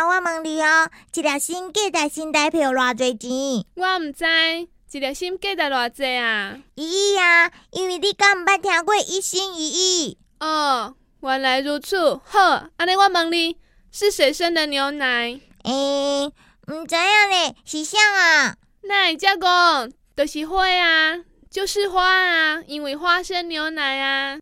哦，一粒新价值新台票偌侪钱？我毋知，一粒心价值偌济啊？一亿啊！因为你敢毋捌听过一心一意？哦，原来如此。好，安尼我问你，是谁生的牛奶？诶、毋知影呢，是啥啊？那会遮讲，就是花啊，就是花啊，因为花生牛奶啊。